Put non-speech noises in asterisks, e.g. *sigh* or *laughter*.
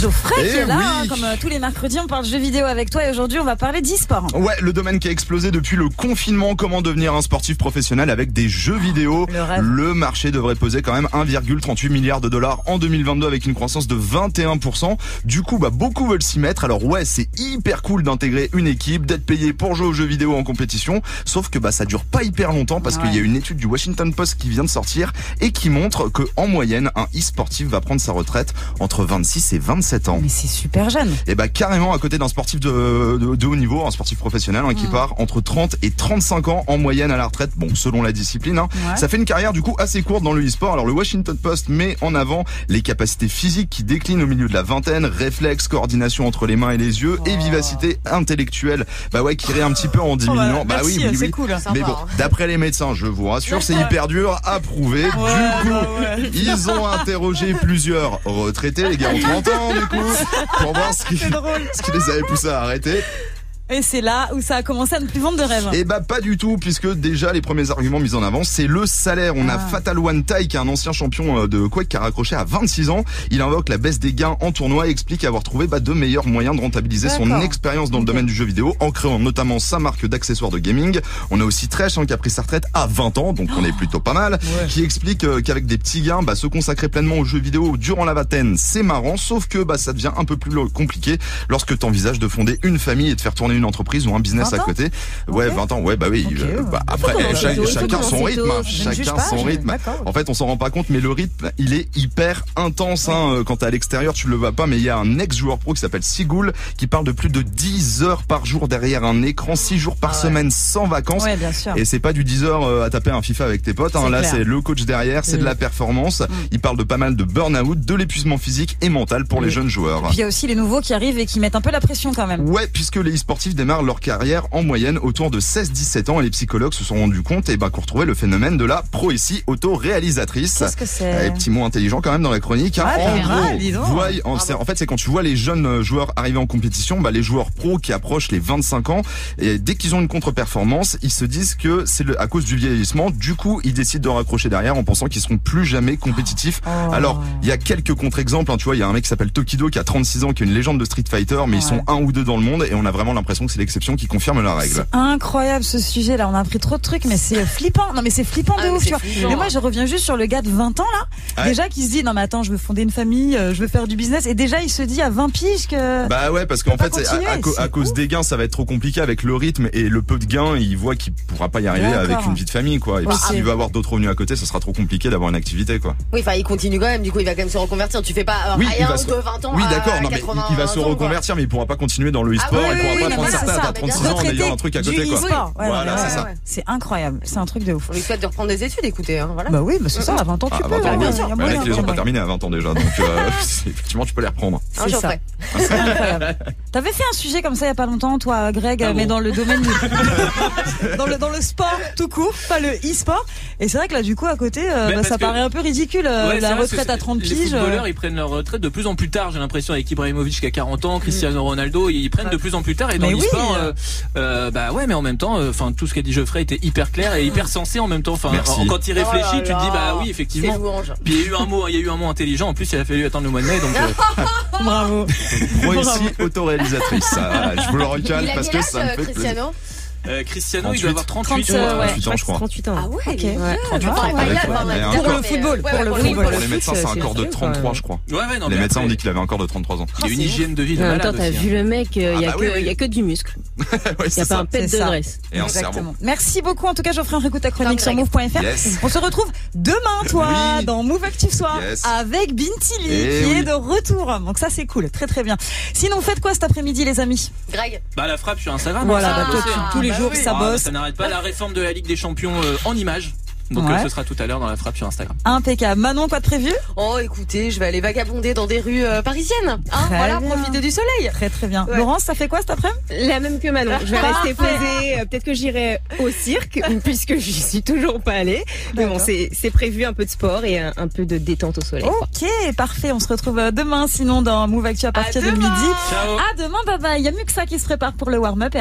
Geoffrey Eh qui est là, oui. hein, comme euh, tous les mercredis, on parle jeux vidéo avec toi et aujourd'hui on va parler d'e-sport. Ouais, le domaine qui a explosé depuis le confinement, comment devenir un sportif professionnel avec des jeux vidéo. le rêve. marché devrait peser quand même 1,38 milliard de dollars en 2022 avec une croissance de 21%. Du coup, bah, beaucoup veulent s'y mettre. Alors ouais, c'est hyper cool d'intégrer une équipe, d'être payé pour jouer aux jeux vidéo en compétition. Sauf que bah, ça dure pas hyper longtemps parce Ouais. qu'il y a une étude du Washington Post qui vient de sortir et qui montre que en moyenne, un e-sportif va prendre sa retraite entre 26 et 27 ans. Mais c'est super jeune. Et bah carrément à côté d'un sportif de, de, de haut niveau, un sportif professionnel hein, qui Mm. part entre 30 et 35 ans en moyenne à la retraite, bon selon la discipline. hein. Ouais. Ça fait une carrière du coup assez courte dans le e-sport. Alors le Washington Post met en avant les capacités physiques qui déclinent au milieu de la vingtaine, réflexes, coordination entre les mains et les yeux et Oh. vivacité intellectuelle. Bah ouais qui irait un petit peu en diminuant. bah oui, oui, oui. euh, cool. Mais bon, d'après les médecins, je vous rassure, c'est hyper dur à prouver. Du bah coup, ils ont interrogé plusieurs retraités, les gars ont 30 ans du coup, pour voir ce qui, *laughs* ce qui les avait poussés à arrêter. Et c'est là où ça a commencé à ne plus vendre de rêve. Et bah pas du tout, puisque déjà les premiers arguments mis en avant, c'est le salaire. On a Ah. Fatal One Tai, qui est un ancien champion euh, de Quake qui a raccroché à 26 ans. Il invoque la baisse des gains en tournoi et explique avoir trouvé bah, de meilleurs moyens de rentabiliser son D'accord. expérience dans le domaine du jeu vidéo en créant notamment sa marque d'accessoires de gaming. On a aussi Tresh hein, qui a pris sa retraite à 20 ans, donc Oh. on est plutôt pas mal, qui explique euh, qu'avec des petits gains, bah, se consacrer pleinement aux jeux vidéo durant la vingtaine, c'est marrant, sauf que bah, ça devient un peu plus compliqué lorsque tu envisages de fonder une famille et de faire tourner une entreprise ou un business 20 à ans côté. Ouais, Ok. 20 ans, ouais, bah oui. Ok, euh, bah, ouais. après, Faut eh, commencer chaque- tôt, faut chacun son commencer rythme, tôt, hein, je ne juge chacun pas, son je- rythme. d'accord. En fait, on s'en rend pas compte, mais le rythme, il est hyper intense. Hein. Euh, Quand t'es à l'extérieur, tu le vois pas, mais il y a un ex-joueur pro qui s'appelle Sigoul qui parle de plus de 10 heures par jour derrière un écran, 6 jours par semaine sans vacances. Ah Ouais, bien sûr. Et c'est pas du 10 heures euh, à taper un FIFA avec tes potes. Hein. C'est Là, clair. Mm. c'est le coach derrière, c'est de la performance. Il parle de pas mal de burn-out, de l'épuisement physique et mental pour Mm. les jeunes joueurs. Puis il y a aussi les nouveaux qui arrivent et qui mettent un peu la pression quand même. Ouais, puisque les e-sportifs démarrent leur carrière en moyenne autour de 16-17 ans et les psychologues se sont rendus compte et ben, qu'on retrouvait le phénomène de la proécie autoréalisatrice. Qu'est-ce que Eh, c'est Ah, petit mot intelligent quand même dans la chronique. hein. Ouais, en pas mal, dis donc. gros, voy- en, c'est- en fait, c'est quand tu vois les jeunes euh, joueurs arriver en compétition, bah, les joueurs pros qui approchent les 25 ans, et dès qu'ils ont une contre-performance, ils se disent que c'est le- à cause du vieillissement. Du coup, ils décident de raccrocher derrière en pensant qu'ils seront plus jamais compétitifs. Oh. Alors, il y a quelques contre-exemples. hein. tu vois, il y a un mec qui s'appelle Tokido qui a 36 ans, qui est une légende de Street Fighter, mais ils Ouais. sont un ou deux dans le monde et on a vraiment l'impression que c'est l'exception qui confirme la règle. C'est incroyable ce sujet là, on a appris trop de trucs mais *laughs* c'est flippant. Non mais c'est flippant de Ah, mais ouf, c'est tu vois. flippant. Mais moi je reviens juste sur le gars de 20 ans là, Ouais. déjà qui se dit non mais attends, je veux fonder une famille, euh, je veux faire du business et déjà il se dit à 20 piges que Bah ouais, parce qu'en pas fait, c'est- à, à continuer, co- à c'est cause ouf. des gains, ça va être trop compliqué avec le rythme et le peu de gains. Il voit qu'il pourra pas y arriver D'accord. Bah, avec une vie de famille, quoi. Et puis Ok. s'il veut avoir d'autres revenus à côté, ça sera trop compliqué d'avoir une activité, quoi. Oui, enfin, il continue quand même, du coup, il va quand même se reconvertir. Tu fais pas un Oui, il va se- de 20 ans. oui, à d'accord. Non, mais 80, il va se 20 ans, quoi. reconvertir, mais il pourra pas continuer dans le Ah e-sport. il oui, pourra oui, pas oui, prendre mais sa voilà, retraite c'est à ça, 36 mais ans en retraité ayant un truc à du côté, quoi. e-sport. Ouais, non, Voilà, mais c'est ouais, ça. ouais. C'est incroyable, c'est un truc de ouf. On lui souhaite de reprendre des études, écoutez. Hein, voilà. Bah oui, bah c'est ça, à 20 ans tu Ah, peux. 20 ans, ouais, oui. il y a Bah, moyen, les il y clés a sont pas moyen. terminés à 20 ans déjà, donc euh, *laughs* effectivement tu peux les reprendre. Hein, C'est Geoffrey. C'est incroyable. T'avais fait un sujet comme ça il y a pas longtemps, toi, Greg, mais dans le domaine, du- *laughs* dans le dans le sport tout court, pas le e-sport. Et c'est vrai que là, du coup, à côté, euh, Mais bah, parce ça que- paraît un peu ridicule euh, Ouais, c'est la vrai, parce retraite que à 30 Les piges. footballeurs, euh. ils prennent leur retraite de plus en plus tard, j'ai l'impression, avec Ibrahimovic qui a 40 ans, Cristiano Ronaldo, ils prennent de plus en plus tard. Et dans Mm. Mais oui. l'e-sport, euh, euh, bah ouais, mais en même temps, enfin, tout ce qu'a dit Geoffrey était hyper clair et hyper sensé en même temps. Enfin, Merci. en- quand il réfléchit, Oh là tu te dis, là. bah oui, effectivement. C'est louange. Puis il y a eu un mot, il y a eu un mot intelligent. En plus, il a fallu attendre le mois de mai, donc. euh, *laughs* Bravo. Proétie autoréalisatrice. Ah, Je vous le recale Il a parce quel que âge, ça me fait plaisir. Cristiano euh, Cristiano, il 38. doit avoir 38 30, euh, ouais. ouais. 38 ans, je crois. 38 ans. Ah ouais, il est Ok. vieux. Ouais, tu vois, Enfin, il a Avec- pas mal. mais D'accord, encore- Pour le mais- football, ouais, pour ouais, le football. Pour les médecins, c'est un c'est corps de sûr, 33, ouais. je crois. Ouais, ouais, non, Les mais médecins après, ont dit qu'il avait un corps de 33 ans. Il y a une hygiène de vie de En même temps, malade. t'as aussi, hein. vu le mec, il Ah n'y a, bah que- oui, oui. y a que du muscle. Ouais, Il n'y c'est a pas ça. un pet C'est de ça. dresse. Et un cerveau. Exactement. Merci beaucoup. En tout cas, Geoffrey, écoute ta chronique sur Greg. move.fr. Yes. On se retrouve demain, toi, Oui. dans Move Active Soir, Yes. avec Bintili, qui Eh oui. est de retour. Donc ça, c'est cool. Très, très bien. Sinon, faites quoi cet après-midi, les amis? Greg, Bah la frappe sur Instagram. Voilà, hein, ça bah, va toi, bosser, tu- hein. tous les Bah jours, oui. ça Ah, bah, bosse. Ça n'arrête pas la réforme de la Ligue des Champions euh, en images. Donc euh, Ouais. ce sera tout à l'heure dans la frappe sur Instagram. Impeccable. Manon, quoi de prévu? oh écoutez, je vais aller vagabonder dans des rues euh, parisiennes. Hein, Très voilà, bien. profiter du soleil. Très très bien. Ouais. Laurence, ça fait quoi cet après-midi La même que Manon. Je vais rester posée. euh, Peut-être que j'irai au *laughs* cirque, puisque j'y suis toujours pas allée. Mais bon, D'accord. c'est c'est prévu un peu de sport et un, un peu de détente au soleil. quoi. Ok, parfait. On se retrouve euh, demain sinon dans Move Actu à partir de demain. midi. Ciao. À demain, bye bye. Il y a mieux que ça qui se prépare pour le warm-up. et